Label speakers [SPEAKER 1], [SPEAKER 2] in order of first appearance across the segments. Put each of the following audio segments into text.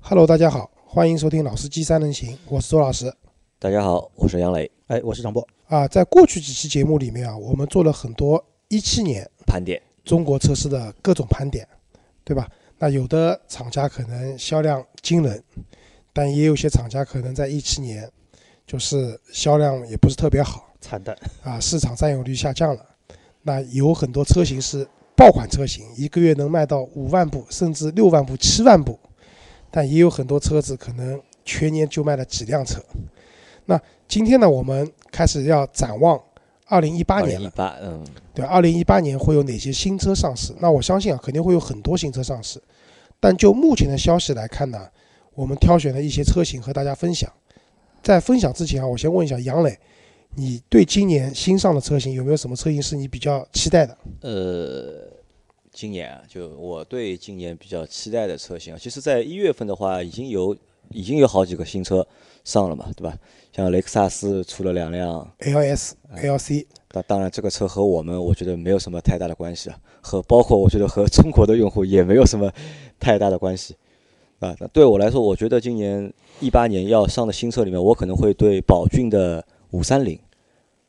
[SPEAKER 1] Hello，大家好，欢迎收听《老司机三人行》，我是周老师。
[SPEAKER 2] 大家好，我是杨磊。
[SPEAKER 3] 哎，我是张波。
[SPEAKER 1] 啊，在过去几期节目里面啊，我们做了很多一七年
[SPEAKER 2] 盘点，
[SPEAKER 1] 中国车市的各种盘点，对吧？那有的厂家可能销量惊人，但也有些厂家可能在一七年就是销量也不是特别好
[SPEAKER 3] 惨淡，
[SPEAKER 1] 啊，市场占有率下降了。那有很多车型是爆款车型，一个月能卖到五万部，甚至六万部、七万部，但也有很多车子可能全年就卖了几辆车。那今天呢，我们开始要展望二零一八年了
[SPEAKER 2] 一。八，嗯，
[SPEAKER 1] 对，二零一八年会有哪些新车上市？那我相信啊，肯定会有很多新车上市。但就目前的消息来看呢，我们挑选了一些车型和大家分享。在分享之前啊，我先问一下杨磊，你对今年新上的车型有没有什么车型是你比较期待的？
[SPEAKER 2] 呃，今年啊，就我对今年比较期待的车型啊，其实，在一月份的话，已经有已经有好几个新车上了嘛，对吧？像雷克萨斯出了两辆，
[SPEAKER 1] LS、LC，
[SPEAKER 2] 哎那当然这个车和我们我觉得没有什么太大的关系啊，和包括我觉得和中国的用户也没有什么太大的关系啊。那对我来说，我觉得今年一八年要上的新车里面，我可能会对宝骏的五三零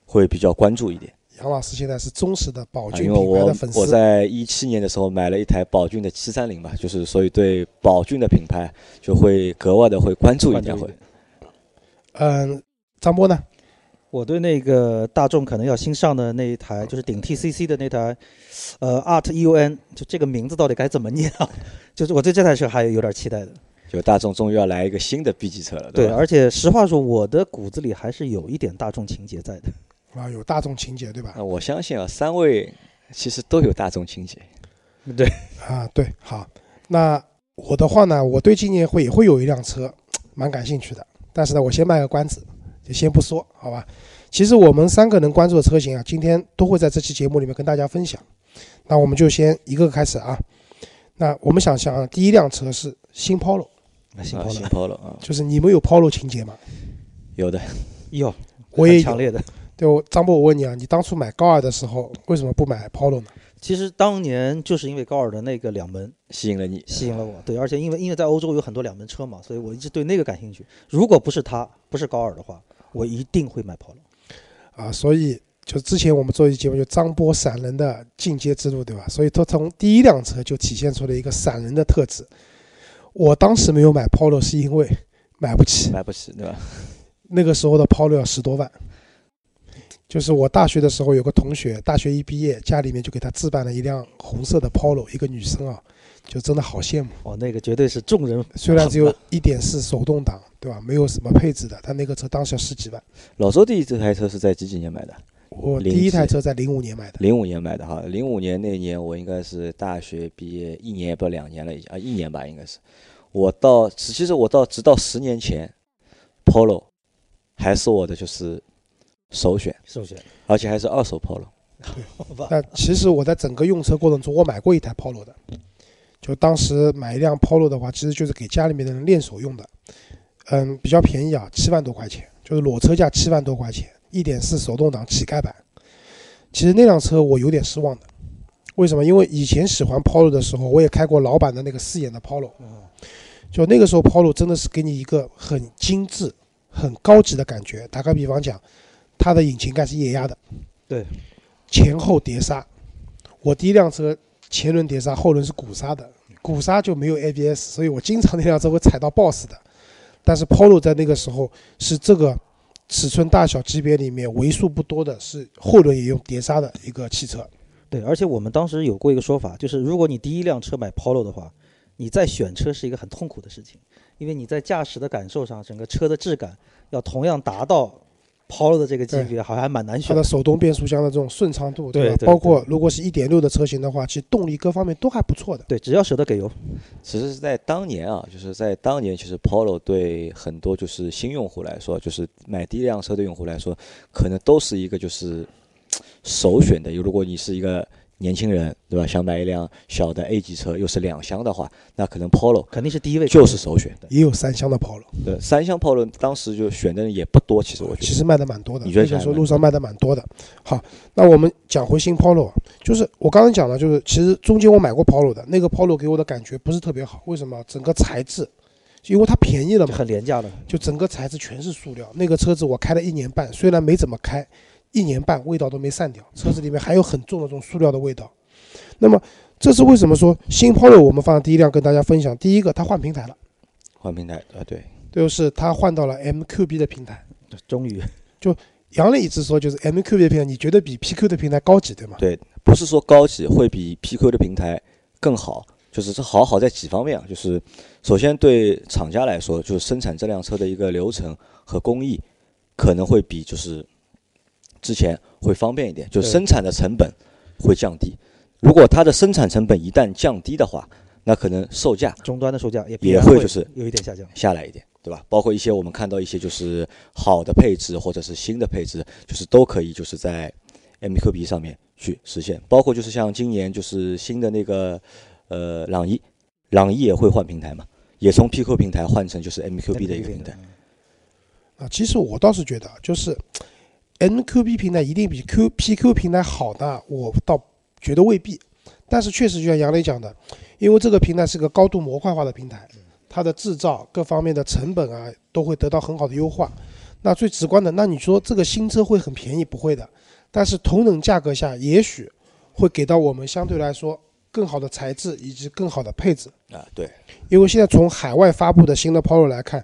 [SPEAKER 2] 会比较关注一点。
[SPEAKER 1] 杨老师现在是忠实的宝
[SPEAKER 2] 啊，
[SPEAKER 1] 骏
[SPEAKER 2] 因为
[SPEAKER 1] 品牌
[SPEAKER 2] 我
[SPEAKER 1] 的粉
[SPEAKER 2] 我
[SPEAKER 1] 丝。
[SPEAKER 2] 在一七年的时候买了一台宝骏的七三零嘛，就是所以对宝骏的品牌就会格外的会关注一点，会
[SPEAKER 3] 关注一点
[SPEAKER 1] 嗯，张波呢？
[SPEAKER 3] 我对那个大众可能要新上的那一台，就是顶 TCC 的那台，呃，Art EUN，就这个名字到底该怎么念啊？ 就是我对这台车还有点期待的。
[SPEAKER 2] 就大众终于要来一个新的 B 级车了，
[SPEAKER 1] 啊
[SPEAKER 3] 对，
[SPEAKER 2] 吧？
[SPEAKER 3] 而且实话说，我的骨子里还是有一点大众情节在的。
[SPEAKER 1] 啊，有大众情节对吧？
[SPEAKER 2] 那我相信啊，三位其实都有大众情节，
[SPEAKER 3] 对，
[SPEAKER 1] 啊， 对，好。那我的话呢，我对今年会也会有一辆车，蛮感兴趣的。但是呢，我先卖个关子，就先不说，好吧？其实我们三个人关注的车型啊，今天都会在这期节目里面跟大家分享。那我们就先一个个开始啊。那我们想想啊，第一辆车是新 Polo，
[SPEAKER 3] 新
[SPEAKER 2] 啊
[SPEAKER 3] 抛
[SPEAKER 2] 新
[SPEAKER 3] 了，
[SPEAKER 2] Polo 啊，
[SPEAKER 1] 就是你们有 Polo 情节吗？
[SPEAKER 2] 有的。
[SPEAKER 3] 哟，
[SPEAKER 1] 我也
[SPEAKER 3] 很强
[SPEAKER 1] 有。
[SPEAKER 3] 烈的。
[SPEAKER 1] 对，我张波，我问你啊，你当初买高尔的时候，为什么不买 Polo 呢？
[SPEAKER 3] 其实当年就是因为高尔的那个两门
[SPEAKER 2] 吸引了你，
[SPEAKER 3] 吸引了我，对，而且因为因为在欧洲有很多两门车嘛，所以我一直对那个感兴趣。如果不是它，不是高尔的话，我一定会买 Polo。
[SPEAKER 1] 啊，所以就之前我们做一期节目，就张波散人的进阶之路，对吧？所以他从第一辆车就体现出了一个散人的特质。我当时没有买 Polo 是因为买不起，
[SPEAKER 2] 买不起，对吧？
[SPEAKER 1] 那个时候的 Polo 要十多万。就是我大学的时候有个同学，大学一毕业，家里面就给他置办了一辆红色的 Polo，一个女生啊，就真的好羡慕。
[SPEAKER 3] 哦，那个绝对是众人
[SPEAKER 1] 虽然只有一点四手动挡，对吧？没有什么配置的，但那个车当时要十几万。
[SPEAKER 2] 老周第一这台车是在几几年买的？
[SPEAKER 1] 我第
[SPEAKER 2] 零
[SPEAKER 1] 一
[SPEAKER 2] 几
[SPEAKER 1] 台车在零五年买的，
[SPEAKER 2] 零五年买的哈，零五年那年我应该是大学毕业一年也不两年了，已经啊一年吧应该是。我到其实我到直到十年前，Polo 还是我的就是首选，
[SPEAKER 3] 首选，
[SPEAKER 2] 而且还是二手 Polo。
[SPEAKER 3] 好吧？
[SPEAKER 1] 那其实我在整个用车过程中，我买过一台 Polo 的，就当时买一辆 Polo 的话，其实就是给家里面的人练手用的，嗯，比较便宜啊，七万多块钱，就是裸车价七万多块钱，一点四手动挡乞丐版。其实那辆车我有点失望的，为什么？因为以前喜欢 Polo 的时候，我也开过老版的那个四眼的 Polo，就那个时候 Polo 真的是给你一个很精致、很高级的感觉。打个比方讲，它的引擎盖是液压的，
[SPEAKER 3] 对，
[SPEAKER 1] 前后碟刹。我第一辆车前轮碟刹，后轮是鼓刹的，鼓刹就没有 ABS，所以我经常那辆车会踩到抱死的。但是 Polo 在那个时候是这个尺寸大小级别里面为数不多的，是后轮也用碟刹的一个汽车。
[SPEAKER 3] 对，而且我们当时有过一个说法，就是如果你第一辆车买 Polo 的话，你在选车是一个很痛苦的事情，因为你在驾驶的感受上，整个车的质感要同样达到 Polo 的这个级别，好像还蛮难
[SPEAKER 1] 它
[SPEAKER 3] 选
[SPEAKER 1] 的。手动变速箱的这种顺畅度，
[SPEAKER 3] 对
[SPEAKER 1] 吧？
[SPEAKER 3] 对
[SPEAKER 1] 包括如果是一点六的车型的话，其实动力各方面都还不错的。
[SPEAKER 3] 对，只要舍得给油，
[SPEAKER 2] 其实，在当年啊，就是在当年，其实 Polo 对很多就是新用户来说，就是买第一辆车的用户来说，可能都是一个就是首选的。如果你是一个年轻人，对吧？想买一辆小的 A 级车，又是两厢的话，那可能 Polo
[SPEAKER 3] 肯定是第一位。
[SPEAKER 2] 就是首选。
[SPEAKER 1] 也有三厢的 Polo，
[SPEAKER 2] 对，三厢 Polo 当时就选的人也不多，其实我觉
[SPEAKER 1] 其
[SPEAKER 2] 得。
[SPEAKER 1] 实卖的蛮多的，
[SPEAKER 2] 你
[SPEAKER 1] 并
[SPEAKER 2] 觉得
[SPEAKER 1] 且
[SPEAKER 2] 还
[SPEAKER 1] 说
[SPEAKER 2] 蛮
[SPEAKER 1] 路上卖的蛮多的。好，那我们讲回新 Polo，啊就是我刚刚讲了，就是其实中间我买过 Polo 的，那个 Polo 给我的感觉不是特别好，为什么？整个材质因为它便宜了
[SPEAKER 3] 就
[SPEAKER 1] 嘛，
[SPEAKER 3] 很廉价了。
[SPEAKER 1] 就整个材质全是塑料。那个车子我开了一年半，虽然没怎么开，一年半味道都没散掉，车子里面还有很重的这种塑料的味道。那么这是为什么说新 Polo 我们放在第一辆跟大家分享？第一个，它换平台了，
[SPEAKER 2] 换平台啊，对，
[SPEAKER 1] 就是它换到了 MQB 的平台。
[SPEAKER 3] 终于，
[SPEAKER 1] 杨磊一直说，就是 MQB 的平台，你觉得比 PQ 的平台高级，对吗？
[SPEAKER 2] 不是说高级会比 PQ 的平台更好，就是这好好在几方面啊，就是首先对厂家来说，就是生产这辆车的一个流程和工艺可能会比就是之前会方便一点，就
[SPEAKER 3] 对
[SPEAKER 2] 生产的成本会降低。如果它的生产成本一旦降低的话，那可能售价
[SPEAKER 3] 终端的售价也必
[SPEAKER 2] 也
[SPEAKER 3] 然
[SPEAKER 2] 会
[SPEAKER 3] 会
[SPEAKER 2] 就是
[SPEAKER 3] 有一点下降。
[SPEAKER 2] 下来一点，对吧？包括一些我们看到一些就是好的配置或者是新的配置，就是都可以就是在 MQB 上面去实现。包括就是像今年就是新的那个呃朗逸，朗逸也会换平台嘛，也从 PQ 平台换成就是 MQB 的一个平台。，
[SPEAKER 1] 啊，其实我倒是觉得，就是 NQB 平台一定比 Q PQ 平台好呢，我倒觉得未必。但是确实就像杨磊讲的，因为这个平台是个高度模块化的平台，它的制造各方面的成本啊都会得到很好的优化。那最直观的，那你说这个新车会很便宜？不会的。但是同等价格下，也许会给到我们相对来说更好的材质以及更好的配置。
[SPEAKER 2] 啊，对，
[SPEAKER 1] 因为现在从海外发布的新的 Polo 来看，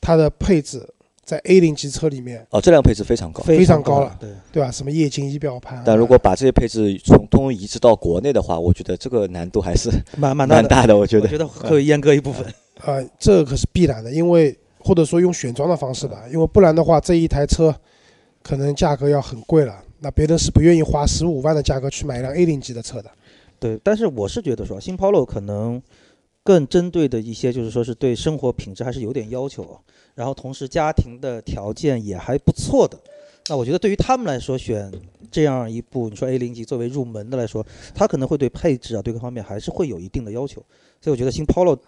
[SPEAKER 1] 它的配置在 A 零级车里面，
[SPEAKER 2] 哦，这辆配置非常高。
[SPEAKER 1] 非常高
[SPEAKER 3] 了
[SPEAKER 1] 了。
[SPEAKER 3] 对，
[SPEAKER 1] 对吧？什么液晶仪表盘啊、
[SPEAKER 2] 但如果把这些配置从通移植到国内的话，我觉得这个难度还是
[SPEAKER 3] 蛮蛮大
[SPEAKER 2] 蛮
[SPEAKER 3] 的，
[SPEAKER 2] 大的。我觉
[SPEAKER 3] 我
[SPEAKER 2] 得
[SPEAKER 3] 觉得会阉割一部分。
[SPEAKER 1] 呃，这可是必然的，因为或者说用选装的方式
[SPEAKER 2] 嗯
[SPEAKER 1] 吧，因为不然的话，这一台车可能价格要很贵了，那别人是不愿意花十五万的价格去买一辆 A 零级的车的。
[SPEAKER 3] 对，但是我是觉得说，啊新 Polo 可能更针对的一些，就是说是对生活品质还是有点要求，啊然后同时家庭的条件也还不错的。那我觉得对于他们来说，选这样一部你说 A 零级作为入门的来说，它可能会对配置啊，对各方面还是会有一定的要求。所以我觉得新 Polo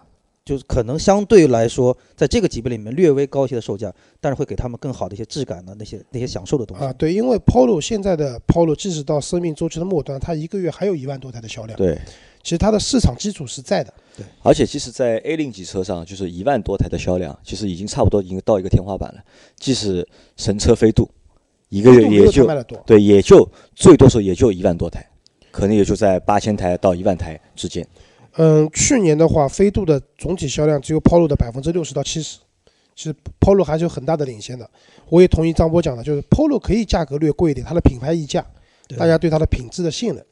[SPEAKER 3] 就是可能相对来说，在这个级别里面略微高一些的售价，但是会给他们更好的一些质感的那些那些享受的东西。
[SPEAKER 2] 嗯
[SPEAKER 1] 啊，对，因为 Polo 现在的 Polo，即使到生命周期的末端，它一个月还有一万多台的销量，
[SPEAKER 2] 对。
[SPEAKER 1] 其实它的市场基础是在的。
[SPEAKER 2] 而且其实，在 A 零级车上，就是一万多台的销量，其实已经差不多已经到一个天花板了。即使神车飞度，一个月
[SPEAKER 1] 都没有
[SPEAKER 2] 也
[SPEAKER 1] 它
[SPEAKER 2] 就
[SPEAKER 1] 卖的多，
[SPEAKER 2] 对，也就最多时候也就一万多台，可能也就在八千台到一万台之间。
[SPEAKER 1] 嗯，去年的话，飞度的总体销量只有 Polo 的百分之六十到七十，其实 Polo 还是有很大的领先的。我也同意张波讲的，就是 Polo 可以价格略贵一点，它的品牌溢价，
[SPEAKER 3] 对
[SPEAKER 1] 大家对它的品质的信任，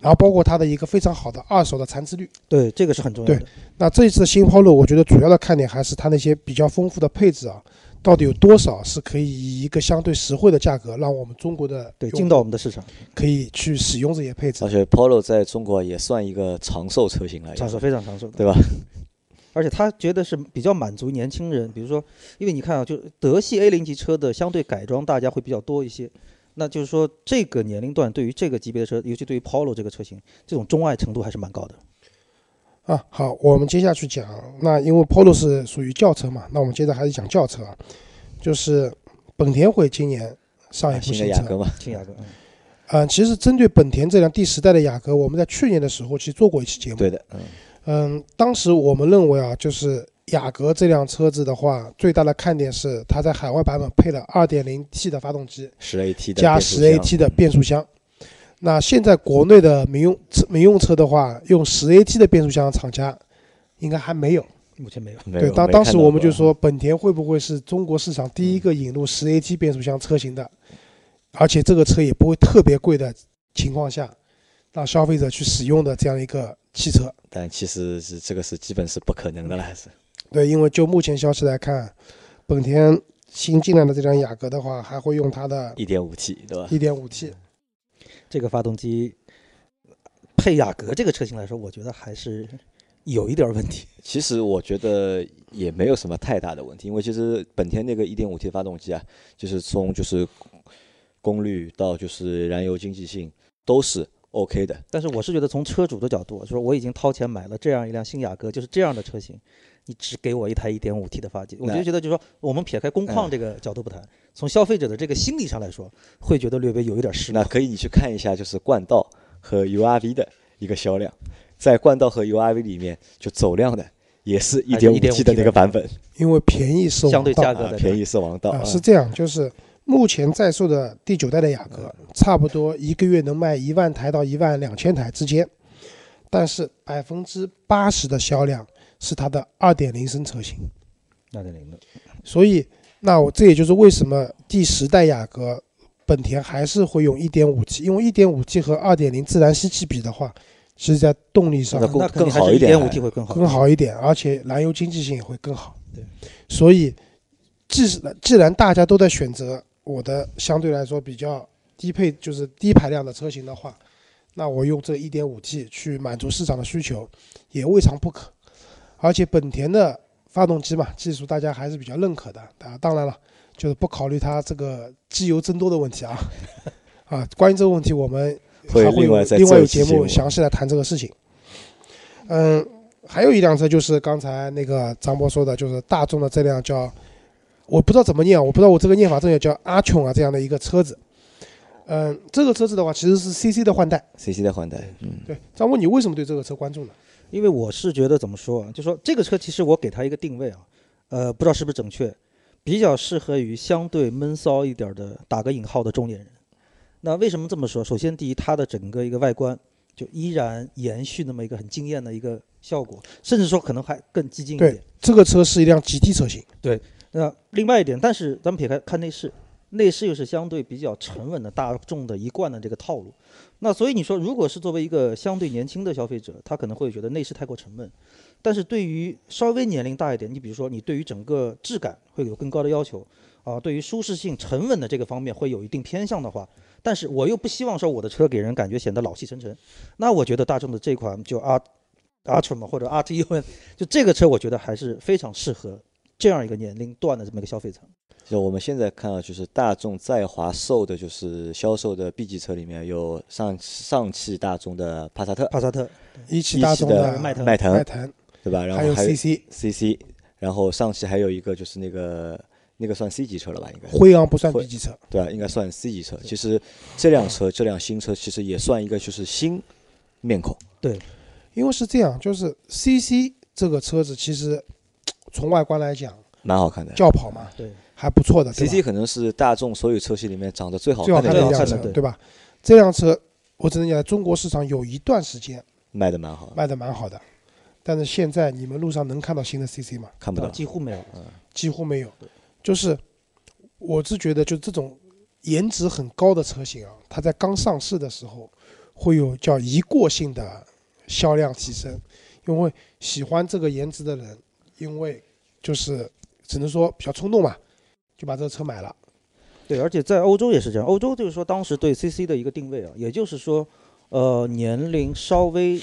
[SPEAKER 1] 然后包括它的一个非常好的二手的残值率。
[SPEAKER 3] 对，这个是很重要的。
[SPEAKER 1] 那这一次的新 Polo，我觉得主要的看点还是它那些比较丰富的配置啊，到底有多少是可以以一个相对实惠的价格，让我们中国的
[SPEAKER 3] 对，
[SPEAKER 1] 用户
[SPEAKER 3] 进到我们的市场，
[SPEAKER 1] 可以去使用这些配置
[SPEAKER 2] 而。且 Polo 在中国也算一个长寿车型了，
[SPEAKER 3] 长寿非常长寿的。
[SPEAKER 2] 哎对吧？
[SPEAKER 3] 而且他觉得是比较满足年轻人，比如说，因为你看啊，就是德系 A 零级车的相对改装大家会比较多一些，那就是说这个年龄段对于这个级别的车，尤其对于 Polo 这个车型，这种钟爱程度还是蛮高的。
[SPEAKER 1] 啊，好，我们接下去讲。那因为 Polo 是属于轿车嘛，那我们接着还是讲轿车啊，就是本田会今年上一部
[SPEAKER 2] 啊新的
[SPEAKER 1] 新
[SPEAKER 2] 雅
[SPEAKER 1] 车。
[SPEAKER 2] 阁嘛，
[SPEAKER 3] 听雅哥，嗯
[SPEAKER 1] 嗯、其实针对本田这辆第十代的雅阁，我们在去年的时候其实做过一期节目。
[SPEAKER 2] 对的，嗯，
[SPEAKER 1] 嗯，当时我们认为啊，就是雅阁这辆车子的话，最大的看点是它在海外版本配了 2.0T 的发动机，
[SPEAKER 2] 十 AT 的
[SPEAKER 1] 加
[SPEAKER 2] 变速
[SPEAKER 1] 十 AT
[SPEAKER 2] 箱
[SPEAKER 1] 的变速箱。那现在国内的民用车民用车的话，用十 AT 的变速箱的厂家应该还没有。
[SPEAKER 3] 目前没有。
[SPEAKER 2] 没
[SPEAKER 1] 对，
[SPEAKER 2] 有
[SPEAKER 1] 当
[SPEAKER 2] 没
[SPEAKER 1] 当
[SPEAKER 2] 看
[SPEAKER 1] 时
[SPEAKER 2] 到
[SPEAKER 1] 我们
[SPEAKER 2] 过嗯
[SPEAKER 1] 就说，本田会不会是中国市场第一个引入十 AT 变速箱车型的？而且这个车也不会特别贵的情况下，让消费者去使用的这样一个汽车。
[SPEAKER 2] 嗯但其实是这个是基本是不可能的了，还是
[SPEAKER 1] 对，因为就目前消息来看，本田新进来的这辆雅阁的话，还会用它的
[SPEAKER 2] 一点五 T 对吧？
[SPEAKER 1] 1.5T。
[SPEAKER 3] 这个发动机配雅阁这个车型来说，我觉得还是有一点儿问题。
[SPEAKER 2] 其实我觉得也没有什么太大的问题，因为其实本田那个 1.5T 发动机啊，就是从就是功率到就是燃油经济性都是 OK 的。
[SPEAKER 3] 但是我是觉得从车主的角度，就是我已经掏钱买了这样一辆新雅阁，就是这样的车型，你只给我一台 1.5T 的发动机，我
[SPEAKER 2] 那
[SPEAKER 3] 就觉得就是说，我们撇开工况
[SPEAKER 2] 嗯
[SPEAKER 3] 这个角度不谈，从消费者的这个心理上来说，会觉得略微有一点失
[SPEAKER 2] 那
[SPEAKER 3] 落。
[SPEAKER 2] 可以你去看一下就是冠道和 URV 的一个销量，在冠道和 URV 里面就走量的也是一
[SPEAKER 3] 还是
[SPEAKER 2] 点五 T 的
[SPEAKER 3] 1.5T
[SPEAKER 2] 那个版本，
[SPEAKER 1] 因为便宜是
[SPEAKER 3] 相
[SPEAKER 1] 王
[SPEAKER 3] 对
[SPEAKER 1] 道
[SPEAKER 3] 价格
[SPEAKER 2] 啊，
[SPEAKER 3] 在
[SPEAKER 2] 便
[SPEAKER 3] 哪
[SPEAKER 2] 宜是王道
[SPEAKER 1] 啊，是这样，就是目前在售的第九代的雅阁，差不多一个月能卖一万台到一万两千台之间，但是百分之八十的销量是它的二点零升车型，
[SPEAKER 3] 二点零的，
[SPEAKER 1] 所以那我这也就是为什么第十代雅阁本田还是会用一点五 T，因为一点五 T 和二点零自然吸气比的话，其实在动力上
[SPEAKER 2] 那更
[SPEAKER 3] 那肯定还
[SPEAKER 2] 更好
[SPEAKER 3] 是
[SPEAKER 2] 一
[SPEAKER 3] 一
[SPEAKER 2] 点
[SPEAKER 3] 点五
[SPEAKER 2] 还
[SPEAKER 3] T 会更好，
[SPEAKER 1] 更好一点，而且燃油经济性也会更好。
[SPEAKER 3] 对，
[SPEAKER 1] 所以既然既然大家都在选择我的相对来说比较低配就是低排量的车型的话，那我用这一点五 T 去满足市场的需求也未尝不可。而且本田的发动机嘛，技术大家还是比较认可的啊。当然了，就是不考虑它这个机油增多的问题 啊。啊，关于这个问题，我们
[SPEAKER 2] 会
[SPEAKER 1] 还
[SPEAKER 2] 另
[SPEAKER 1] 有
[SPEAKER 2] 外再
[SPEAKER 1] 另外
[SPEAKER 2] 做
[SPEAKER 1] 有
[SPEAKER 2] 一期
[SPEAKER 1] 节
[SPEAKER 2] 节
[SPEAKER 1] 目
[SPEAKER 2] 目
[SPEAKER 1] 详细来谈这个事情。嗯，还有一辆车就是刚才那个张波说的，就是大众的这辆叫，我不知道怎么念啊，我不知道我这个念法正确，叫阿琼啊这样的一个车子。嗯，这个车子的话其实是 CC 的换代。
[SPEAKER 2] ，CC 的换代，嗯，
[SPEAKER 1] 对，张波，你为什么对这个车关注呢？
[SPEAKER 3] 因为我是觉得怎么说啊，就说这个车其实我给它一个定位啊，呃，不知道是不是正确，比较适合于相对闷骚一点儿的打个引号的中年人。那为什么这么说？首先，第一，它的整个一个外观就依然延续那么一个很惊艳的一个效果，甚至说可能还更激进一
[SPEAKER 1] 对
[SPEAKER 3] 点。，
[SPEAKER 1] 这个车是一辆 GT 车型，
[SPEAKER 3] 那另外一点，但是咱们撇开看内饰，内饰又是相对比较沉稳的大众的一贯的这个套路。那所以你说，如果是作为一个相对年轻的消费者，他可能会觉得内饰太过沉闷，但是对于稍微年龄大一点，你比如说你对于整个质感会有更高的要求啊，对于舒适性、沉稳的这个方面会有一定偏向的话，但是我又不希望说我的车给人感觉显得老气沉沉，那我觉得大众的这款就 R。R t r 或者 R T U N，就这个车，我觉得还是非常适合这样一个年龄段的这么一个消费层。
[SPEAKER 2] 就我们现在看到，啊就是大众在华售的，就是销售的 B 级车里面有上上汽大众的帕萨特、
[SPEAKER 3] 帕萨特，
[SPEAKER 1] 一汽
[SPEAKER 2] 一
[SPEAKER 1] 大
[SPEAKER 2] 汽
[SPEAKER 1] 众
[SPEAKER 2] 的
[SPEAKER 3] 迈腾
[SPEAKER 2] 迈腾
[SPEAKER 1] 迈，腾，
[SPEAKER 2] 对吧？然
[SPEAKER 1] 还
[SPEAKER 2] 后
[SPEAKER 1] 有
[SPEAKER 2] 还有
[SPEAKER 1] CC。
[SPEAKER 2] CC，然后上汽还有一个就是那个那个算 C 级车了吧？应该
[SPEAKER 1] 辉昂不算
[SPEAKER 2] 会
[SPEAKER 1] B 级车，
[SPEAKER 2] 对啊，应该算 C 级车。其实这辆车，这辆新车其实也算一个就是新面孔，
[SPEAKER 3] 对，
[SPEAKER 1] 因为是这样，就是 CC 这个车子其实从外观来讲，
[SPEAKER 2] 蛮好看的。
[SPEAKER 1] 轿跑嘛
[SPEAKER 3] 对，
[SPEAKER 1] 还不错的，对吧
[SPEAKER 2] CC 可能是大众所有车系里面长得最好
[SPEAKER 1] 最好
[SPEAKER 2] 看
[SPEAKER 1] 看
[SPEAKER 2] 的一
[SPEAKER 1] 的一
[SPEAKER 2] 辆
[SPEAKER 3] 最好
[SPEAKER 1] 辆
[SPEAKER 2] 车，
[SPEAKER 1] 车，
[SPEAKER 3] 看的对
[SPEAKER 1] 对吧？这辆车我只能讲，中国市场有一段时间
[SPEAKER 2] 卖的蛮好，
[SPEAKER 1] 卖的蛮好的，但是现在你们路上能看到新的 CC 吗？
[SPEAKER 2] 看不
[SPEAKER 3] 啊
[SPEAKER 2] 到。
[SPEAKER 3] 几乎没有。
[SPEAKER 1] 几乎没有。就是我是觉得，就这种颜值很高的车型啊，它在刚上市的时候会有叫一过性的销量提升，因为喜欢这个颜值的人，因为就是只能说比较冲动嘛，就把这个车买了。
[SPEAKER 3] 对，而且在欧洲也是这样。欧洲就是说，当时对 CC 的一个定位啊，也就是说，呃，年龄稍微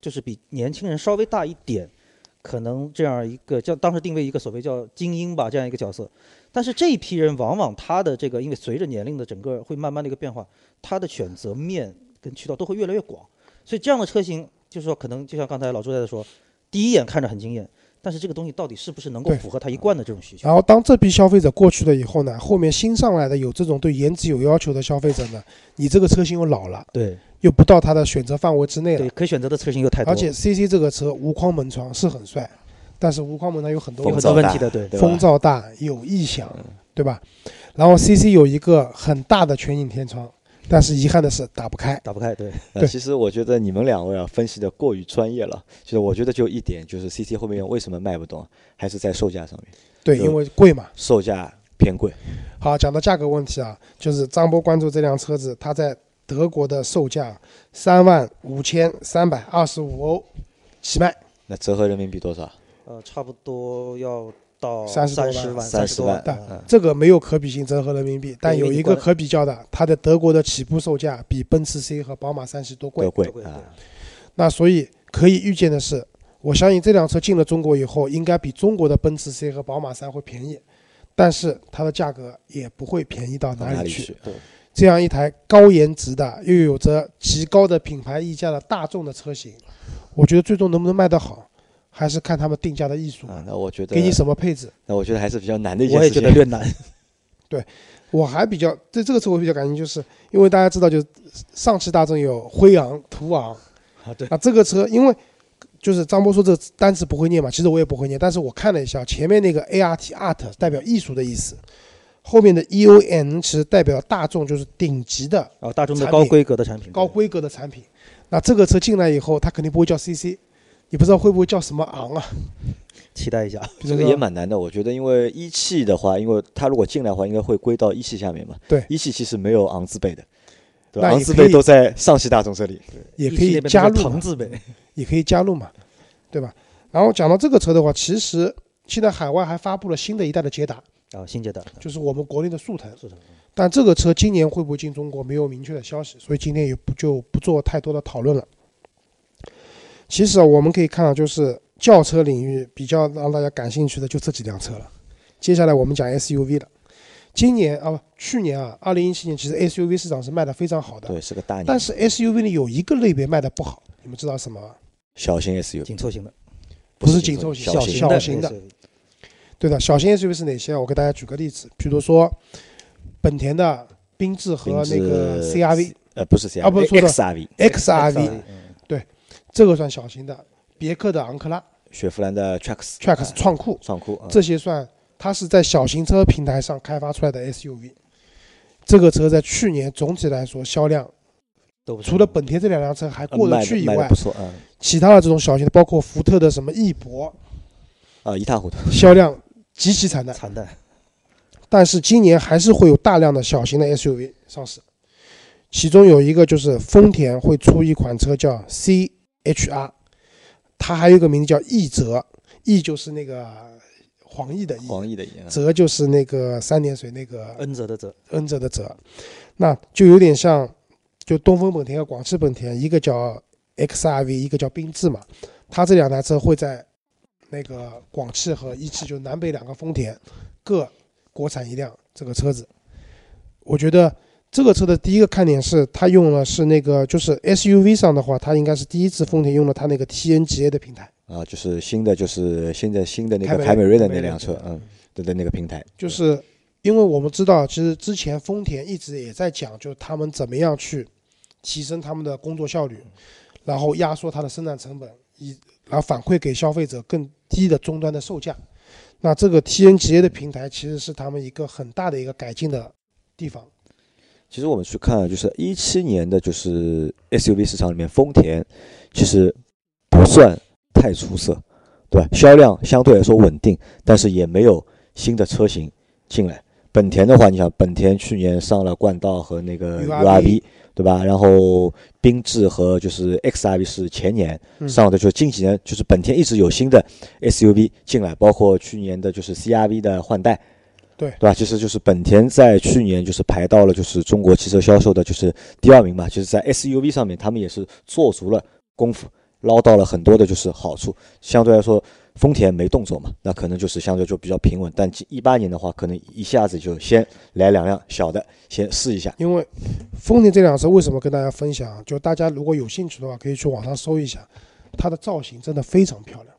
[SPEAKER 3] 就是比年轻人稍微大一点，可能这样一个叫当时定位一个所谓叫精英吧这样一个角色。但是这一批人往往他的这个，因为随着年龄的整个会慢慢的一个变化，他的选择面跟渠道都会越来越广。所以这样的车型，就是说可能就像刚才老朱在说，第一眼看着很惊艳，但是这个东西到底是不是能够
[SPEAKER 1] 对啊
[SPEAKER 3] 符合他一贯的这种需求？
[SPEAKER 1] 然后当这批消费者过去了以后呢，后面新上来的有这种对颜值有要求的消费者呢，你这个车型又老了，
[SPEAKER 3] 对
[SPEAKER 1] 又不到他的选择范围之内了
[SPEAKER 3] 对，。可以选择的车型又太多
[SPEAKER 1] 而
[SPEAKER 3] 了。
[SPEAKER 1] 且 CC 这个车无框门窗是很帅，但是无框门窗有很多
[SPEAKER 3] 有
[SPEAKER 1] 问
[SPEAKER 3] 很
[SPEAKER 1] 题
[SPEAKER 3] 多
[SPEAKER 2] 风
[SPEAKER 3] 问
[SPEAKER 2] 噪
[SPEAKER 3] 题的，对
[SPEAKER 2] 对吧
[SPEAKER 1] 风噪大，有异响
[SPEAKER 2] 嗯，
[SPEAKER 1] 对吧？然后 CC 有一个很大的全景天窗，但是遗憾的是打不开。
[SPEAKER 3] 打不开，对
[SPEAKER 2] 呃，
[SPEAKER 1] 对
[SPEAKER 2] 其实我觉得你们两位啊分析的过于专业了。就是我觉得就一点，就是 CC 后面为什么卖不动，还是在售价上面，
[SPEAKER 3] 嗯
[SPEAKER 1] 对，
[SPEAKER 2] 有
[SPEAKER 1] 因为贵嘛。
[SPEAKER 2] 售价偏贵。
[SPEAKER 1] 好，讲到价格问题啊，就是张波关注这辆车子，它在德国的售价三万五千三百二十五欧起卖，
[SPEAKER 2] 那折合人民币多少？
[SPEAKER 3] 呃，差不多要
[SPEAKER 1] 30
[SPEAKER 3] 到
[SPEAKER 1] 多
[SPEAKER 3] 三
[SPEAKER 1] 万
[SPEAKER 3] 十万，嗯
[SPEAKER 2] 30
[SPEAKER 3] 十
[SPEAKER 2] 万
[SPEAKER 1] 但
[SPEAKER 3] 万，
[SPEAKER 1] 这个没有可比性折合人民币，但有一个可比较的，它的德国的起步售价比奔驰 C 和宝马三系都贵
[SPEAKER 2] 多。贵
[SPEAKER 3] 对对
[SPEAKER 2] 啊！
[SPEAKER 1] 那所以可以预见的是，我相信这辆车进了中国以后，应该比中国的奔驰 C 和宝马三会便宜，但是它的价格也不会便宜到
[SPEAKER 2] 到
[SPEAKER 1] 哪
[SPEAKER 2] 里
[SPEAKER 1] 里去。
[SPEAKER 2] 对，
[SPEAKER 1] 这样一台高颜值的，又有着极高的品牌溢价的大众的车型，我觉得最终能不能卖得好，还是看他们定价的艺术，
[SPEAKER 2] 啊，那我觉得
[SPEAKER 1] 给你什么配置。
[SPEAKER 2] 那我觉得还是比较难的一件
[SPEAKER 3] 我也
[SPEAKER 2] 事
[SPEAKER 3] 觉
[SPEAKER 2] 情。
[SPEAKER 3] 得略难。
[SPEAKER 1] 我还比较对这个车我比较感兴趣，就是因为大家知道，就是上汽大众有辉昂、途昂，
[SPEAKER 3] 啊，对，
[SPEAKER 1] 那这个车因为就是张波说这个单词不会念嘛，其实我也不会念，但是我看了一下前面那个 A R T art 代表艺术的意思，后面的 E O N 其实代表大众，就是顶级的
[SPEAKER 3] 啊，大众的
[SPEAKER 1] 产
[SPEAKER 3] 高
[SPEAKER 1] 品
[SPEAKER 3] 规格的产品，
[SPEAKER 1] 高
[SPEAKER 3] 对
[SPEAKER 1] 规格的产品。那这个车进来以后，它肯定不会叫 CC，也不知道会不会叫什么昂啊，
[SPEAKER 3] 期待一下。
[SPEAKER 1] 比
[SPEAKER 2] 这
[SPEAKER 1] 如
[SPEAKER 2] 个也
[SPEAKER 1] 说
[SPEAKER 2] 蛮难的，我觉得，因为一汽的话，因为它如果进来的话，应该会归到一汽下面嘛。
[SPEAKER 1] 对
[SPEAKER 2] 一汽其实没有昂字辈的，对吧？
[SPEAKER 1] 那
[SPEAKER 2] 昂
[SPEAKER 1] 也
[SPEAKER 2] 字
[SPEAKER 1] 可
[SPEAKER 2] 辈
[SPEAKER 1] 以
[SPEAKER 2] 都在上汽大众这里。
[SPEAKER 1] 也
[SPEAKER 3] 一
[SPEAKER 1] 可
[SPEAKER 3] 汽那
[SPEAKER 1] 以
[SPEAKER 3] 边
[SPEAKER 1] 加
[SPEAKER 3] 都是
[SPEAKER 1] 入嘛
[SPEAKER 3] 藤，字辈，
[SPEAKER 1] 也可以加入嘛，对吧？然后讲到这个车的话，其实现在海外还发布了新的一代的捷达，
[SPEAKER 3] 啊，新捷达，
[SPEAKER 1] 就是我们国内的速腾。
[SPEAKER 3] 速腾
[SPEAKER 1] 但这个车今年会不会进中国没有明确的消息，所以今天也不就不做太多的讨论了。其实啊，我们可以看到，就是轿车领域比较让大家感兴趣的就这几辆车了。接下来我们讲 SUV 了。今年啊，不，去年啊，二零一七年其实 SUV 市场是卖的非常好的，
[SPEAKER 2] 对，是个大年
[SPEAKER 1] 但是 SUV 里有一个类别卖的不好，你们知道什么吗？
[SPEAKER 2] 小型 SUV，
[SPEAKER 3] 紧凑型的，
[SPEAKER 1] 不是
[SPEAKER 2] 紧
[SPEAKER 1] 紧凑型小
[SPEAKER 2] 小型
[SPEAKER 1] 型
[SPEAKER 2] 的
[SPEAKER 1] 的
[SPEAKER 3] 型
[SPEAKER 1] SUV 对的，小型 SUV 是哪些啊？我给大家举个例子，比如说本田的缤智和那个
[SPEAKER 2] 缤智
[SPEAKER 1] CRV、
[SPEAKER 2] 呃，不是 CRV，
[SPEAKER 1] 啊不是说的
[SPEAKER 2] XRV，
[SPEAKER 1] XRV，
[SPEAKER 3] 嗯
[SPEAKER 1] 这个算小型的，别克的昂克拉、
[SPEAKER 2] 雪佛兰的 Trax
[SPEAKER 1] Trax、创酷，
[SPEAKER 2] 创酷，嗯
[SPEAKER 1] 这些算它是在小型车平台上开发出来的 SUV。这个车在去年总体来说销量，
[SPEAKER 3] 都不错
[SPEAKER 1] 除了本田这两辆车还
[SPEAKER 2] 呃
[SPEAKER 1] 过
[SPEAKER 2] 嗯卖
[SPEAKER 1] 得
[SPEAKER 2] 得
[SPEAKER 1] 去以
[SPEAKER 2] 卖得
[SPEAKER 1] 外
[SPEAKER 2] 不，错，嗯，
[SPEAKER 1] 其他的这种小型的，包括福特的什么翼博，
[SPEAKER 2] 啊，一塌糊涂。
[SPEAKER 1] 销量极其惨淡。
[SPEAKER 3] 惨淡，
[SPEAKER 1] 但是今年还是会有大量的小型的 SUV 上市，其中有一个就是丰田会出一款车叫 CHR，它还有一个名字叫奕泽，奕就是那个黄奕的奕，
[SPEAKER 2] 黄奕的奕，嗯
[SPEAKER 1] 泽就是那个三点水那个
[SPEAKER 3] 恩泽的泽，
[SPEAKER 1] 恩泽的泽，那就有点像就东风本田和广汽本田，一个叫 XRV，一个叫缤智嘛，它这两台车会在那个广汽和一汽，就南北两个丰田各国产一辆这个车子。我觉得这个车的第一个看点是它用了是那个就是 SUV 上的话，它应该是第一次丰田用了它那个 TNGA 的平台，
[SPEAKER 2] 啊，就是新的，就是现在新的那
[SPEAKER 1] 凯
[SPEAKER 2] 个
[SPEAKER 1] 美
[SPEAKER 2] 凯美瑞的
[SPEAKER 1] 凯
[SPEAKER 2] 那
[SPEAKER 1] 美瑞
[SPEAKER 2] 辆车
[SPEAKER 1] 对，
[SPEAKER 2] 嗯，对的那个平台，
[SPEAKER 1] 就是因为我们知道，其实之前丰田一直也在讲，就是他们怎么样去提升他们的工作效率，然后压缩它的生产成本，以然后反馈给消费者更低的终端的售价。那这个 TNGA 的平台其实是他们一个很大的一个改进的地方。
[SPEAKER 2] 其实我们去看，就是一七年的，就是 SUV 市场里面，丰田其实不算太出色，对吧？销量相对来说稳定，但是也没有新的车型进来。本田的话，你想，本田去年上了冠道和那个
[SPEAKER 1] URV
[SPEAKER 2] 对吧？然后缤智和就是 XRV 是前年
[SPEAKER 1] 嗯
[SPEAKER 2] 上的，就近几年就是本田一直有新的 SUV 进来，包括去年的就是 CRV 的换代，
[SPEAKER 1] 对
[SPEAKER 2] 对吧？其实就是本田在去年就是排到了就是中国汽车销售的就是第二名嘛，就是在 SUV 上面他们也是做足了功夫，捞到了很多的就是好处。相对来说，丰田没动作嘛，那可能就是相对就比较平稳。但一八年的话，可能一下子就先来两辆小的，先试一下。
[SPEAKER 1] 因为丰田这辆车为什么跟大家分享啊？就大家如果有兴趣的话，可以去网上搜一下，它的造型真的非常漂亮，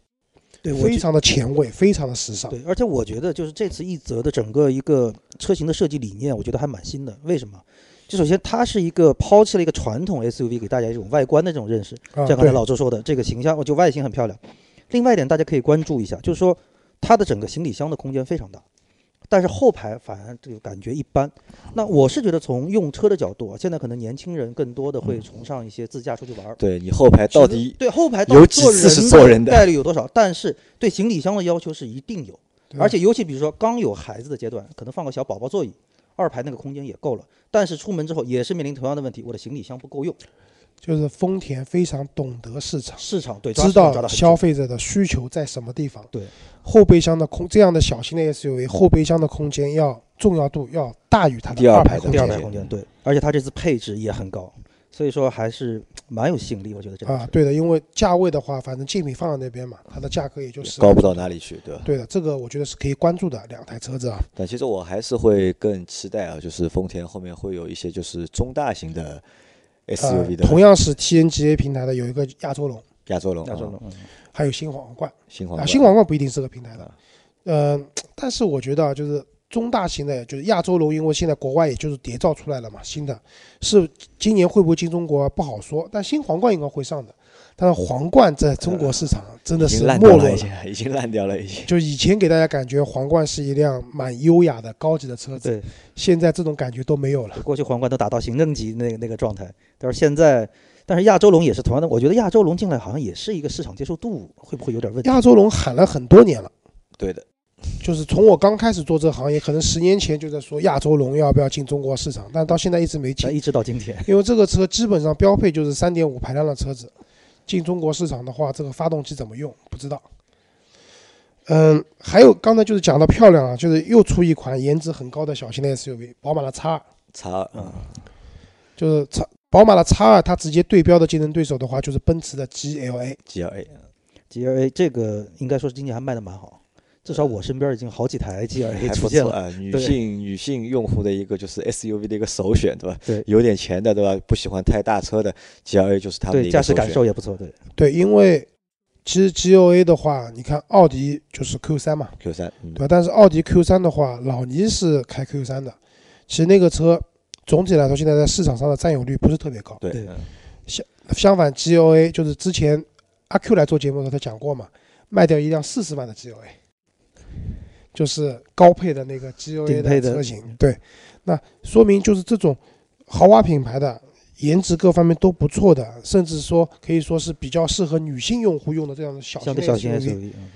[SPEAKER 3] 对我
[SPEAKER 1] 非
[SPEAKER 3] 觉
[SPEAKER 1] 常的前卫，非常的时
[SPEAKER 2] 啊
[SPEAKER 1] 尚。
[SPEAKER 3] 对，而且我觉得就是这次一泽的整个一个车型的设计理念，我觉得还蛮新的。为什么？就首先它是一个抛弃了一个传统 SUV 给大家一种外观的这种认识，
[SPEAKER 1] 啊，
[SPEAKER 3] 像刚才
[SPEAKER 1] 对，
[SPEAKER 3] 老周说的，这个形象，我就外形很漂亮。另外一点，大家可以关注一下，就是说它的整个行李箱的空间非常大，但是后排反而这个感觉一般。那我是觉得从用车的角度啊，现在可能年轻人更多的会崇尚一些自驾出去玩儿。
[SPEAKER 2] 对你后排嗯到
[SPEAKER 3] 其实
[SPEAKER 2] 底
[SPEAKER 3] 对后排
[SPEAKER 2] 有
[SPEAKER 3] 到
[SPEAKER 2] 几
[SPEAKER 3] 底
[SPEAKER 2] 次是坐
[SPEAKER 3] 坐
[SPEAKER 2] 人的
[SPEAKER 3] 概率有多少？但是对行李箱的要求是一定有，
[SPEAKER 1] 对
[SPEAKER 3] 而且尤其比如说刚有孩子的阶段，可能放个小宝宝座椅，二排那个空间也够了。但是出门之后也是面临同样的问题，我的行李箱不够用。
[SPEAKER 1] 就是丰田非常懂得市场。
[SPEAKER 3] 市场对抓
[SPEAKER 1] 知
[SPEAKER 3] 市场抓
[SPEAKER 1] 道
[SPEAKER 3] 得很
[SPEAKER 1] 消
[SPEAKER 3] 紧
[SPEAKER 1] 费者的需求在什么地方。
[SPEAKER 3] 对，
[SPEAKER 1] 后备箱的空，这样的小型的 SUV 后备箱的空间要重要度要大于它
[SPEAKER 2] 第
[SPEAKER 1] 的嗯
[SPEAKER 2] 二排
[SPEAKER 1] 排
[SPEAKER 2] 的
[SPEAKER 1] 空
[SPEAKER 3] 第
[SPEAKER 2] 空
[SPEAKER 3] 二
[SPEAKER 1] 间
[SPEAKER 3] 排空间，对，而且它这次配置也很高，所以说还是蛮有吸引力，我觉得这个
[SPEAKER 1] 啊，对的，因为价位的话，反正竞品放在那边嘛，它的价格也就是
[SPEAKER 2] 高不到哪里去，对吧？
[SPEAKER 1] 对的，这个我觉得是可以关注的两台车子啊。
[SPEAKER 2] 但其实我还是会更期待啊，就是丰田后面会有一些就是中大型的
[SPEAKER 1] 呃
[SPEAKER 2] SUV，的
[SPEAKER 1] 同样是 TNGA 平台的有一个亚洲龙，
[SPEAKER 2] 亚洲龙、
[SPEAKER 3] 亚洲
[SPEAKER 2] 啊
[SPEAKER 3] 龙，嗯
[SPEAKER 1] 还有新皇冠
[SPEAKER 2] 新皇
[SPEAKER 1] 啊，
[SPEAKER 2] 冠、
[SPEAKER 1] 新皇冠不一定是个平台的
[SPEAKER 2] 啊，
[SPEAKER 1] 嗯，但是我觉得啊，就是中大型的，就是亚洲龙，因为现在国外也就是谍照呃出来了嘛，新的是今年会不会进中国不好说，但新皇冠应该会上的。但是皇冠在中国市场真的
[SPEAKER 2] 已
[SPEAKER 1] 是
[SPEAKER 2] 经烂
[SPEAKER 1] 没
[SPEAKER 2] 掉
[SPEAKER 1] 落
[SPEAKER 2] 了，已
[SPEAKER 1] 了。
[SPEAKER 2] 经已经烂掉了，已经。
[SPEAKER 1] 就以前给大家感觉皇冠是一辆蛮优雅的高级的车子，
[SPEAKER 3] 对，
[SPEAKER 1] 现在这种感觉都没有了。
[SPEAKER 3] 过去皇冠都打到行政级那个那个状态，但是现在，但是亚洲龙也是同样的，我觉得亚洲龙进来好像也是一个市场接受度会不会有点问题？
[SPEAKER 1] 亚洲龙喊了很多年了，
[SPEAKER 2] 对的，
[SPEAKER 1] 就是从我刚开始做这个行业，可能十年前就在说亚洲龙要不要进中国市场，但到现在一直没进
[SPEAKER 3] 但。一直到今天，
[SPEAKER 1] 因为这个车基本上标配就是三点五排量的车子，进中国市场的话，这个发动机怎么用不知道。嗯，还有刚才就是讲到漂亮啊，就是又出一款颜值很高的小型的 SUV，宝马的 X 二，
[SPEAKER 2] 叉二，
[SPEAKER 3] 嗯，
[SPEAKER 1] 就是 X 宝马的 X 二，它直接对标的竞争对手的话就是奔驰的 GLA，
[SPEAKER 2] GLA
[SPEAKER 3] GLA 这个应该说是今年还卖的蛮好，至少我身边已经好几台 GLA
[SPEAKER 2] 还
[SPEAKER 3] 出
[SPEAKER 2] 不
[SPEAKER 3] 现
[SPEAKER 2] 错
[SPEAKER 3] 了。
[SPEAKER 2] 啊，女
[SPEAKER 3] 对
[SPEAKER 2] 性女性用户的一个就是 SUV 的一个首选，对吧？
[SPEAKER 3] 对
[SPEAKER 2] 有点钱的，对吧？不喜欢太大车的 GLA 就是他们的
[SPEAKER 3] 对，
[SPEAKER 2] 一
[SPEAKER 3] 驾
[SPEAKER 2] 个
[SPEAKER 3] 驶
[SPEAKER 2] 首
[SPEAKER 3] 感
[SPEAKER 2] 选。
[SPEAKER 3] 受也不错，对，
[SPEAKER 1] 对，因为其实 GLA 的话，你看奥迪就是 Q 3嘛，
[SPEAKER 2] Q 三，嗯
[SPEAKER 1] 对，吧？但是奥迪 Q 3的话，老倪是开 Q 3的，其实那个车总体来说现在在市场上的占有率不是特别高。
[SPEAKER 2] 对，
[SPEAKER 3] 对
[SPEAKER 2] 嗯
[SPEAKER 1] 相反，GOA 就是之前阿 Q 来做节目的时候，他讲过嘛，卖掉一辆四十万的 GOA，就是高配的那个 GOA
[SPEAKER 3] 顶配的
[SPEAKER 1] 车型。对，那说明就是这种豪华品牌的颜值各方面都不错的，甚至说可以说是比较适合女性用户用的这样的小型
[SPEAKER 3] 相
[SPEAKER 1] 的
[SPEAKER 3] 对小型
[SPEAKER 1] SUV，
[SPEAKER 3] SUV，嗯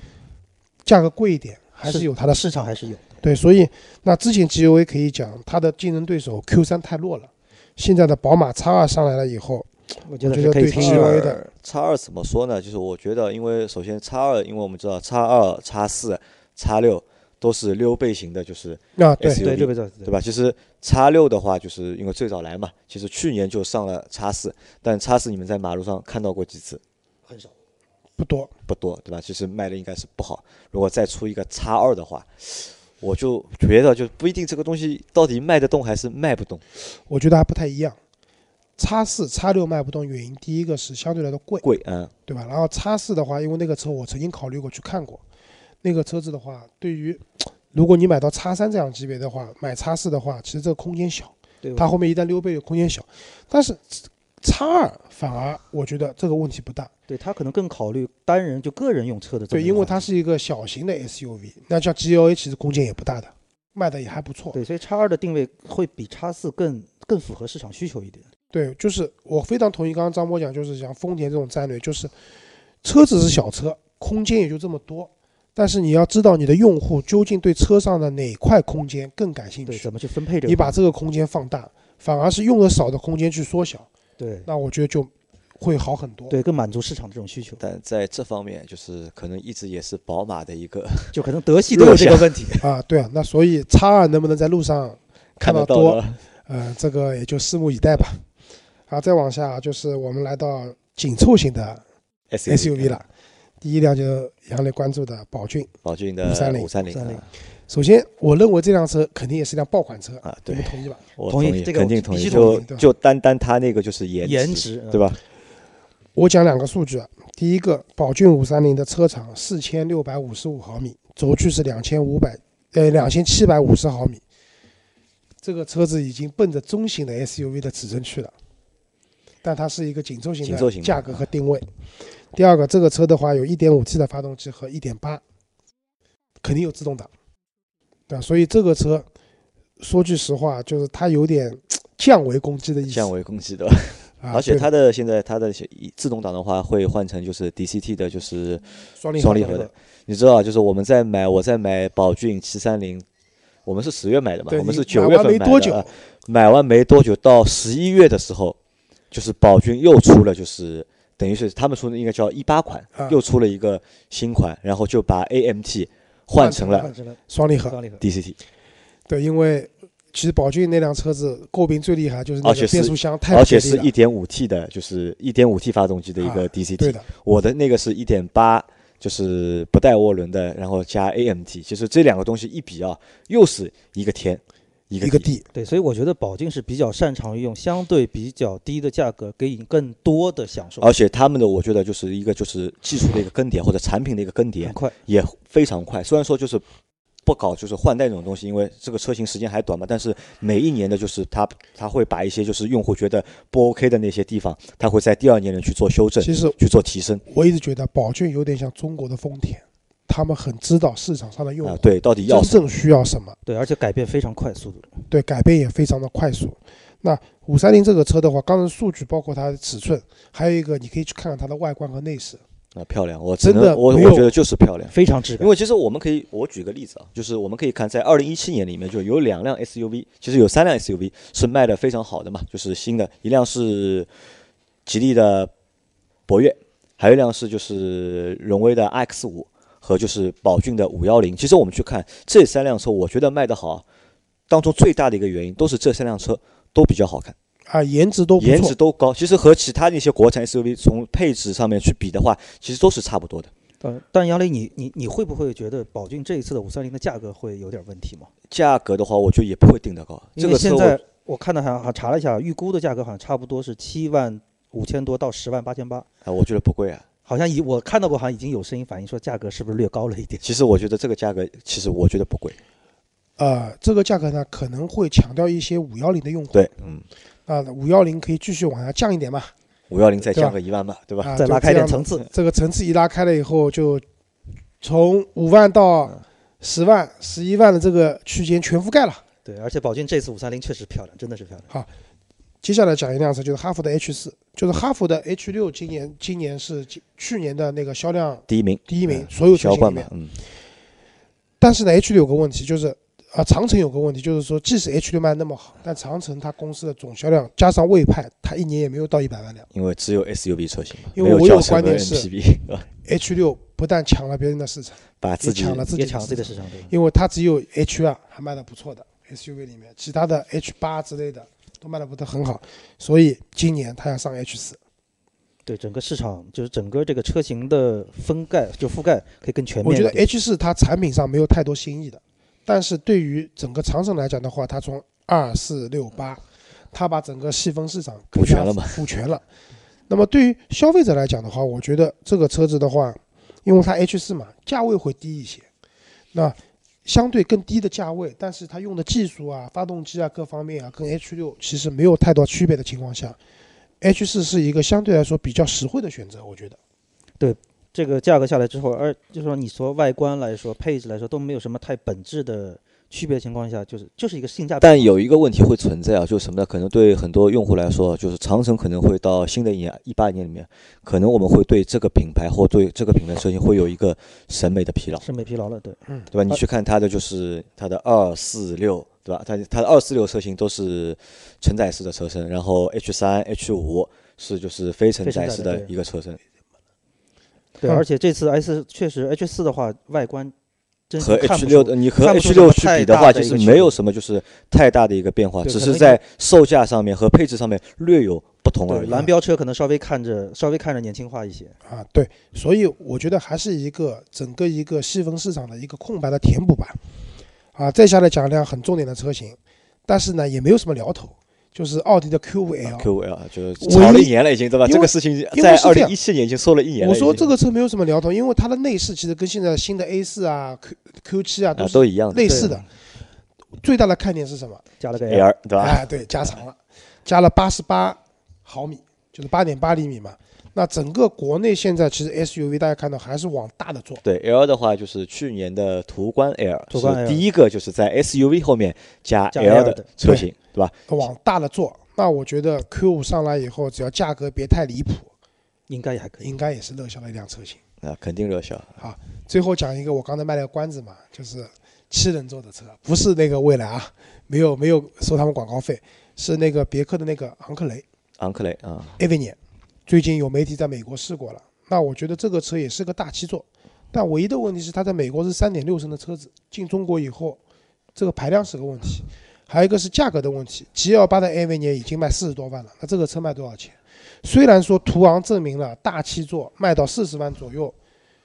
[SPEAKER 1] 价格贵一点，还是
[SPEAKER 3] 是
[SPEAKER 1] 有它的市
[SPEAKER 3] 市场还是有。
[SPEAKER 1] 对，所以那之前 GOA 可以讲它的竞争对手 Q 3太弱了，现在的宝马 X 2上来了以后，
[SPEAKER 3] 我觉得
[SPEAKER 1] 觉
[SPEAKER 3] 是
[SPEAKER 1] 得
[SPEAKER 3] 可以
[SPEAKER 1] 对
[SPEAKER 3] 听
[SPEAKER 1] 其
[SPEAKER 3] 一
[SPEAKER 1] 实
[SPEAKER 3] 下
[SPEAKER 1] GLA
[SPEAKER 3] 的。
[SPEAKER 1] 的
[SPEAKER 2] 叉二怎么说呢？就是我觉得，因为首先叉二，因为我们知道叉二、叉四、叉六都是溜背型的，就是
[SPEAKER 1] 啊，对
[SPEAKER 2] SUV
[SPEAKER 3] 对，对不对？
[SPEAKER 2] 对吧？其实叉六的话，就是因为最早来嘛，其实去年就上了叉四，但叉四你们在马路上看到过几次？
[SPEAKER 3] 很少。
[SPEAKER 1] 不多。
[SPEAKER 2] 不多，对吧？其实卖的应该是不好。如果再出一个叉二的话，我就觉得就不一定这个东西到底卖得动还是卖不动。
[SPEAKER 1] 我觉得还不太一样。x 四、x 六卖不动，原因第一个是相对来说贵，
[SPEAKER 2] 贵，嗯，
[SPEAKER 1] 对吧？然后 x 四的话，因为那个车我曾经考虑过去看过，那个车子的话，对于如果你买到 x 三这样级别的话，买 x 四的话，其实这个空间小，
[SPEAKER 3] 对，
[SPEAKER 1] 它后面一旦溜背有空间小，但是 x 二反而我觉得这个问题不大，
[SPEAKER 3] 对他可能更考虑单人就个人用车的这么
[SPEAKER 1] 对，
[SPEAKER 3] 一个
[SPEAKER 1] 因为
[SPEAKER 3] 话
[SPEAKER 1] 它
[SPEAKER 3] 题
[SPEAKER 1] 是一个小型的 SUV，那像 GLA 其实空间也不大的，卖的也还不错，
[SPEAKER 3] 对，所以叉二的定位会比叉四更更符合市场需求一点。
[SPEAKER 1] 对，就是我非常同意刚刚张波讲，就是像丰田这种战略，就是车子是小车，空间也就这么多，但是你要知道你的用户究竟对车上的哪块空间更感兴
[SPEAKER 3] 对，
[SPEAKER 1] 趣，
[SPEAKER 3] 怎么去分配这个
[SPEAKER 1] 你把
[SPEAKER 3] 话题？
[SPEAKER 1] 这个空间放大，反而是用的少的空间去缩小，
[SPEAKER 3] 对
[SPEAKER 1] 那我觉得就会好很多。
[SPEAKER 3] 对更满足市场这种需求，
[SPEAKER 2] 但在这方面，就是可能一直也是宝马的一 个
[SPEAKER 3] 就可能德系都有这 个问题。
[SPEAKER 1] 啊，对啊，那所以叉二能不能在路上看
[SPEAKER 2] 看得
[SPEAKER 1] 到
[SPEAKER 2] 到
[SPEAKER 1] 多，
[SPEAKER 2] 的
[SPEAKER 1] 呃，这个也就拭目以待吧。好，再往下啊就是我们来到紧凑型的 SUV 了，第一辆就是杨磊关注的宝骏。
[SPEAKER 2] 宝骏的
[SPEAKER 1] 530
[SPEAKER 2] 五三零
[SPEAKER 3] 530
[SPEAKER 1] 首先，我认为这辆车肯定也是一辆爆款车，
[SPEAKER 2] 啊，
[SPEAKER 1] 你
[SPEAKER 2] 对
[SPEAKER 1] 们，同意吧？
[SPEAKER 2] 我
[SPEAKER 3] 同意
[SPEAKER 2] 意，
[SPEAKER 3] 这个
[SPEAKER 2] 肯
[SPEAKER 3] 我
[SPEAKER 2] 定
[SPEAKER 3] 必
[SPEAKER 2] 同
[SPEAKER 3] 须同
[SPEAKER 2] 就
[SPEAKER 1] 意对吧
[SPEAKER 2] 就单单它那个就是
[SPEAKER 3] 颜
[SPEAKER 2] 值，
[SPEAKER 3] 值，
[SPEAKER 2] 对
[SPEAKER 3] 吧？
[SPEAKER 2] 吧？
[SPEAKER 1] 我讲两个数据啊。第一个，宝骏五三零的车长四千六百五十五毫米，轴距是两千五百呃两千七百五十毫米。这个车子已经奔着中型的 SUV 的尺寸去了，但它是一个紧凑型
[SPEAKER 2] 紧凑型
[SPEAKER 1] 的
[SPEAKER 2] 的
[SPEAKER 1] 价格和定位。第二个，这个车的话有 1.5T 的发动机和1.8，肯定有自动挡，对吧？所以这个车说句实话，就是它有点降维攻击的
[SPEAKER 3] 嗯
[SPEAKER 1] 意思
[SPEAKER 2] 降维攻击的，
[SPEAKER 1] 啊，
[SPEAKER 2] 而且
[SPEAKER 1] 对
[SPEAKER 2] 它的现在它的一自动挡的话会换成就是 DCT 的，就是
[SPEAKER 1] 双离
[SPEAKER 2] 双离
[SPEAKER 1] 合
[SPEAKER 2] 合的，你知道，就是我们在买，我在买宝骏七三零，我们是十月买的嘛，
[SPEAKER 1] 对，
[SPEAKER 2] 我们是
[SPEAKER 1] 你
[SPEAKER 2] 九
[SPEAKER 1] 买
[SPEAKER 2] 月
[SPEAKER 1] 完
[SPEAKER 2] 份
[SPEAKER 1] 没
[SPEAKER 2] 买
[SPEAKER 1] 多
[SPEAKER 2] 的啊
[SPEAKER 1] 久，，
[SPEAKER 2] 买完没多久，到十一月的时候，就是宝骏又出了，就是等于是他们出的应该叫一八款，
[SPEAKER 1] 啊
[SPEAKER 2] 又出了一个新款，然后就把 AMT 换成了
[SPEAKER 3] 换成了
[SPEAKER 1] 双离合。
[SPEAKER 3] 双离合，
[SPEAKER 2] DCT，
[SPEAKER 1] 对，因为其实宝骏那辆车子诟病最厉害就是那
[SPEAKER 2] 而
[SPEAKER 1] 个
[SPEAKER 2] 且是
[SPEAKER 1] 变速箱太
[SPEAKER 2] 而
[SPEAKER 1] 不
[SPEAKER 2] 且
[SPEAKER 1] 给
[SPEAKER 2] 是
[SPEAKER 1] 力
[SPEAKER 2] 一
[SPEAKER 1] 了。
[SPEAKER 2] 点五 T 的，就是一点五 T 发动机的一
[SPEAKER 1] 啊
[SPEAKER 2] 个
[SPEAKER 1] 对
[SPEAKER 2] DCT，、
[SPEAKER 1] 的，
[SPEAKER 2] 我的那个是一点八。就是不带涡轮的，然后加 AMT，其实这两个东西一比啊，又是一个天，一个
[SPEAKER 1] 一个
[SPEAKER 2] 地，
[SPEAKER 1] 地，
[SPEAKER 3] 对，所以我觉得宝骏是比较擅长于用相对比较低的价格给予更多的享受，
[SPEAKER 2] 而且他们的我觉得就是
[SPEAKER 1] 嗯
[SPEAKER 2] 一个就是技术的一个更迭或者产品的一个更迭
[SPEAKER 3] 很快。
[SPEAKER 2] 也非常快。虽然说就是不搞就是换代这种东西，因为这个车型时间还短嘛。但是每一年的，就是它它会把一些就是用户觉得不 OK 的那些地方，它会在第二年里去做修正，
[SPEAKER 1] 其实
[SPEAKER 2] 去做提升
[SPEAKER 1] 我一直觉得宝骏有点像中国的丰田，他们很知道市场上的用
[SPEAKER 2] 啊。
[SPEAKER 1] 户
[SPEAKER 2] 对，到底要
[SPEAKER 1] 真
[SPEAKER 2] 什么？
[SPEAKER 1] 正需要什么，
[SPEAKER 3] 对，而且改变非常快，速度。
[SPEAKER 1] 对，改变也非常的快速。那五三零这个车的话，刚才数据包括它的尺寸，还有一个你可以去看看它的外观和内饰。
[SPEAKER 2] 啊，漂亮！我只
[SPEAKER 1] 真
[SPEAKER 2] 能
[SPEAKER 1] 的
[SPEAKER 2] 我
[SPEAKER 1] 没
[SPEAKER 2] 我
[SPEAKER 1] 有
[SPEAKER 2] 觉得就是漂亮。
[SPEAKER 3] 非常质
[SPEAKER 2] 因
[SPEAKER 3] 感。
[SPEAKER 2] 为其实我们可以，我举个例子啊，就是我们可以看，在二零一七年里面，就有两辆 SUV，其实有三辆 SUV 是卖的非常好的嘛，就是新的，一辆是吉利的博越，还有一辆是就是荣威的 RX 五和就是宝骏的五幺零。其实我们去看这三辆车，我觉得卖得好，啊当中最大的一个原因都是这三辆车都比较好看。
[SPEAKER 1] 啊，颜值都不
[SPEAKER 2] 颜值
[SPEAKER 1] 错，
[SPEAKER 2] 都高，其实和其他那些国产 SUV 从配置上面去比的话，其实都是差不多的。
[SPEAKER 3] 呃，但杨磊，你你你会不会觉得宝骏这一次的五三零的价格会有点问题吗？
[SPEAKER 2] 价格的话，我觉得也不会定得高。这
[SPEAKER 3] 因
[SPEAKER 2] 个
[SPEAKER 3] 为
[SPEAKER 2] 车
[SPEAKER 3] 现
[SPEAKER 2] 我
[SPEAKER 3] 在我看了还还查了一下，预估的价格好像差不多是七万五千多到十万八千八，
[SPEAKER 2] 啊，我觉得不贵啊。
[SPEAKER 3] 好像已我看到过，好像已经有声音反映说价格是不是略高了一点？
[SPEAKER 2] 其实我觉得这个价格，其实我觉得不贵。
[SPEAKER 1] 呃，这个价格呢可能会强调一些五幺零的用户。
[SPEAKER 2] 对，嗯，
[SPEAKER 1] 啊，五幺零可以继续往下降一点嘛，
[SPEAKER 2] 五幺零再
[SPEAKER 1] 对
[SPEAKER 2] 降
[SPEAKER 1] 吧
[SPEAKER 2] 个一万吧，对吧？
[SPEAKER 1] 啊，
[SPEAKER 3] 再
[SPEAKER 1] 就
[SPEAKER 3] 拉开
[SPEAKER 1] 这
[SPEAKER 3] 点
[SPEAKER 1] 样
[SPEAKER 3] 层次，
[SPEAKER 1] 这个层次一拉开了以后，就从五万到
[SPEAKER 3] 嗯
[SPEAKER 1] 十万、十一万的这个区间全覆盖了。
[SPEAKER 3] 对，而且宝骏这次五三零确实漂亮，真的是漂亮。
[SPEAKER 1] 接下来讲一辆车，就是哈弗的 H 四，就是哈弗的 H 六，今年今年是今去年的那个销量
[SPEAKER 2] 第一名，
[SPEAKER 1] 第一名，
[SPEAKER 2] 嗯
[SPEAKER 1] 所有车
[SPEAKER 2] 销
[SPEAKER 1] 型里
[SPEAKER 2] 冠嘛
[SPEAKER 1] 面。，
[SPEAKER 2] 嗯，
[SPEAKER 1] 但是呢，H 六有个问题就是，啊，长城有个问题就是说，即使 H 六卖得那么好，但长城它公司的总销量加上魏派，它一年也没有到一百万辆。
[SPEAKER 2] 因为只有 SUV 车型嘛，
[SPEAKER 1] 因
[SPEAKER 2] 没
[SPEAKER 1] 为我有
[SPEAKER 2] 轿
[SPEAKER 1] 个
[SPEAKER 2] 车，
[SPEAKER 1] 观
[SPEAKER 2] 没有
[SPEAKER 1] 点是
[SPEAKER 2] MPV，
[SPEAKER 1] H 六不但抢了别人的市场，
[SPEAKER 2] 啊把
[SPEAKER 1] 也
[SPEAKER 2] 自己
[SPEAKER 1] 抢了自己
[SPEAKER 3] 也
[SPEAKER 1] 的
[SPEAKER 3] 抢了自己的
[SPEAKER 1] 市
[SPEAKER 3] 市场，对吧
[SPEAKER 1] 场，？因为它只有 H 二还卖得不错的 SUV 里面，其他的 H 八之类的都卖得不得很好，所以今年它要上 H 四。
[SPEAKER 3] 对，整个市场就是整个这个车型的覆盖，就覆盖可以更全
[SPEAKER 1] 我
[SPEAKER 3] 面一
[SPEAKER 1] 觉
[SPEAKER 3] 点。
[SPEAKER 1] 得 H 四它产品上没有太多新意的，但是对于整个长城来讲的话，它从二四六八，它把整个细分市场
[SPEAKER 2] 补全了嘛，
[SPEAKER 1] 补全了。那么对于消费者来讲的话，我觉得这个车子的话，因为它 H 四嘛，价位会低一些，那相对更低的价位，但是它用的技术啊、发动机啊各方面啊，跟 H 六其实没有太多区别的情况下，H 四是一个相对来说比较实惠的选择，我觉得。
[SPEAKER 3] 这个价格下来之后，而就是说你说外观来说、配置来说都没有什么太本质的区别情况下，就是就是一个性价比。
[SPEAKER 2] 但有一个问题会存在啊，就是什么呢？可能对很多用户来说，就是长城可能会到新的一年一八年里面，可能我们会对这个品牌或对这个品牌车型会有一个审美的疲劳。
[SPEAKER 3] 审美疲劳了，对，
[SPEAKER 1] 嗯
[SPEAKER 2] 对吧？你
[SPEAKER 3] 啊
[SPEAKER 2] 去看它的就是它的二四六，对吧？它它的二四六车型都是承载式的车身，然后 H 三、H 五是就是非承载式
[SPEAKER 3] 非承载
[SPEAKER 2] 的
[SPEAKER 3] 的对
[SPEAKER 2] 一个车身，
[SPEAKER 3] 对，
[SPEAKER 1] 嗯
[SPEAKER 3] 而且这次 S 确实 H 四的话，外观真
[SPEAKER 2] 和
[SPEAKER 3] 是看
[SPEAKER 2] H
[SPEAKER 3] 不
[SPEAKER 2] 六
[SPEAKER 3] 出
[SPEAKER 2] 你和
[SPEAKER 3] 看不出
[SPEAKER 2] H
[SPEAKER 3] 什
[SPEAKER 2] 六
[SPEAKER 3] 么
[SPEAKER 2] 去
[SPEAKER 3] 太
[SPEAKER 2] 比的
[SPEAKER 3] 大
[SPEAKER 2] 话，
[SPEAKER 3] 的
[SPEAKER 2] 其
[SPEAKER 3] 一
[SPEAKER 2] 实
[SPEAKER 3] 个区
[SPEAKER 2] 没
[SPEAKER 3] 别
[SPEAKER 2] 有什么就是太大的一个变化，
[SPEAKER 3] 对
[SPEAKER 2] 只
[SPEAKER 3] 可
[SPEAKER 2] 是
[SPEAKER 3] 能
[SPEAKER 2] 在售价上面和配置上面略有不同而
[SPEAKER 3] 对
[SPEAKER 2] 已。啊
[SPEAKER 3] 蓝标车可能稍微看着稍微看着年轻化一些，
[SPEAKER 1] 啊，对，所以我觉得还是一个整个一个细分市场的一个空白的填补吧。啊，再下来讲一辆很重点的车型，但是呢也没有什么聊头，就是奥迪的 Q5L。
[SPEAKER 2] 啊 Q 五 L 就是
[SPEAKER 1] 唯
[SPEAKER 2] 炒了一
[SPEAKER 1] 一
[SPEAKER 2] 年了，已经对吧？
[SPEAKER 1] 因
[SPEAKER 2] 这
[SPEAKER 1] 为
[SPEAKER 2] 个事情
[SPEAKER 1] 因为
[SPEAKER 2] 在
[SPEAKER 1] 是
[SPEAKER 2] 二
[SPEAKER 1] 这
[SPEAKER 2] 零
[SPEAKER 1] 样
[SPEAKER 2] 一七年已经说了一年了
[SPEAKER 1] 我
[SPEAKER 2] 已经。
[SPEAKER 1] 说这个车没有什么聊头，因为它的内饰其实跟现在新的 A 4啊、Q Q 7啊
[SPEAKER 2] 啊
[SPEAKER 1] 都是
[SPEAKER 2] 都一样的
[SPEAKER 1] 类似的。最大的看点是什么？
[SPEAKER 3] 加了个 L，
[SPEAKER 2] L 对吧？
[SPEAKER 1] 哎，对，加长了，加了八十八毫米，就是八点八厘米嘛。那整个国内现在其实 SUV 大家看到还是往大的做，
[SPEAKER 2] 对 L 的话，就是去年的途观 L，
[SPEAKER 3] 途观
[SPEAKER 2] 是
[SPEAKER 3] L
[SPEAKER 2] 第一个就是在 SUV 后面加
[SPEAKER 3] 加
[SPEAKER 2] L
[SPEAKER 3] L
[SPEAKER 2] 的
[SPEAKER 3] 的
[SPEAKER 2] 车型，对吧？
[SPEAKER 1] 往大了做。那我觉得 Q 5上来以后，只要价格别太离谱，
[SPEAKER 3] 应该也还可以。
[SPEAKER 1] 应该也是热销的一辆车型。
[SPEAKER 2] 啊，肯定热销。
[SPEAKER 1] 最后讲一个，我刚才卖了个关子嘛，就是七人座的车，不是那个蔚来啊，没有没有收他们广告费，是那个别克的那个昂克雷
[SPEAKER 2] 昂克雷啊，
[SPEAKER 1] a v i n i 最近有媒体在美国试过了，那我觉得这个车也是个大七座，但唯一的问题是它在美国是三点六升的车子，进中国以后，这个排量是个问题，还有一个是价格的问题。G L 八的 a v i n i 已经卖四十多万了，那这个车卖多少钱？虽然说途昂证明了大七座卖到四十万左右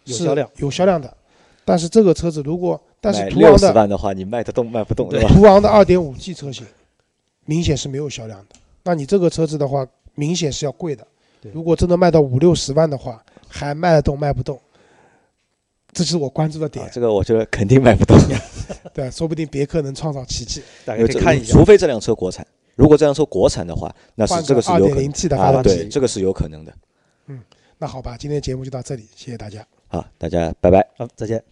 [SPEAKER 3] 有
[SPEAKER 1] 是
[SPEAKER 3] 销量
[SPEAKER 1] 有销量的，但是这个车子如果但是
[SPEAKER 2] 买
[SPEAKER 1] 途
[SPEAKER 2] 六
[SPEAKER 1] 昂
[SPEAKER 2] 十
[SPEAKER 1] 的
[SPEAKER 2] 万的话，你卖得动卖不动，
[SPEAKER 3] 对
[SPEAKER 2] 对吧？
[SPEAKER 1] 途昂的二点五 G 车型明显是没有销量的，那你这个车子的话明显是要贵的
[SPEAKER 3] 对。
[SPEAKER 1] 如果真的卖到五六十万的话，还卖得动卖不动？这是我关注的点
[SPEAKER 2] 啊，，这个我觉得肯定买不到。啊
[SPEAKER 1] 对，啊说不定别克能创造奇迹，
[SPEAKER 3] 大
[SPEAKER 2] 因为
[SPEAKER 3] 家可
[SPEAKER 2] 这
[SPEAKER 3] 以看一下
[SPEAKER 2] 除。非这辆车国产，如果这辆车国产的话，那啊是
[SPEAKER 1] 换
[SPEAKER 2] 这个是
[SPEAKER 1] 二
[SPEAKER 2] 有
[SPEAKER 1] 点
[SPEAKER 2] 可能
[SPEAKER 1] 零 T 的发
[SPEAKER 2] 啊，
[SPEAKER 1] 动
[SPEAKER 2] 对，
[SPEAKER 1] 机。
[SPEAKER 2] 这个是有可能的。
[SPEAKER 1] 那好吧，今天节目就到这里，谢谢大家。
[SPEAKER 2] 好，大家拜拜。
[SPEAKER 3] 好，再见。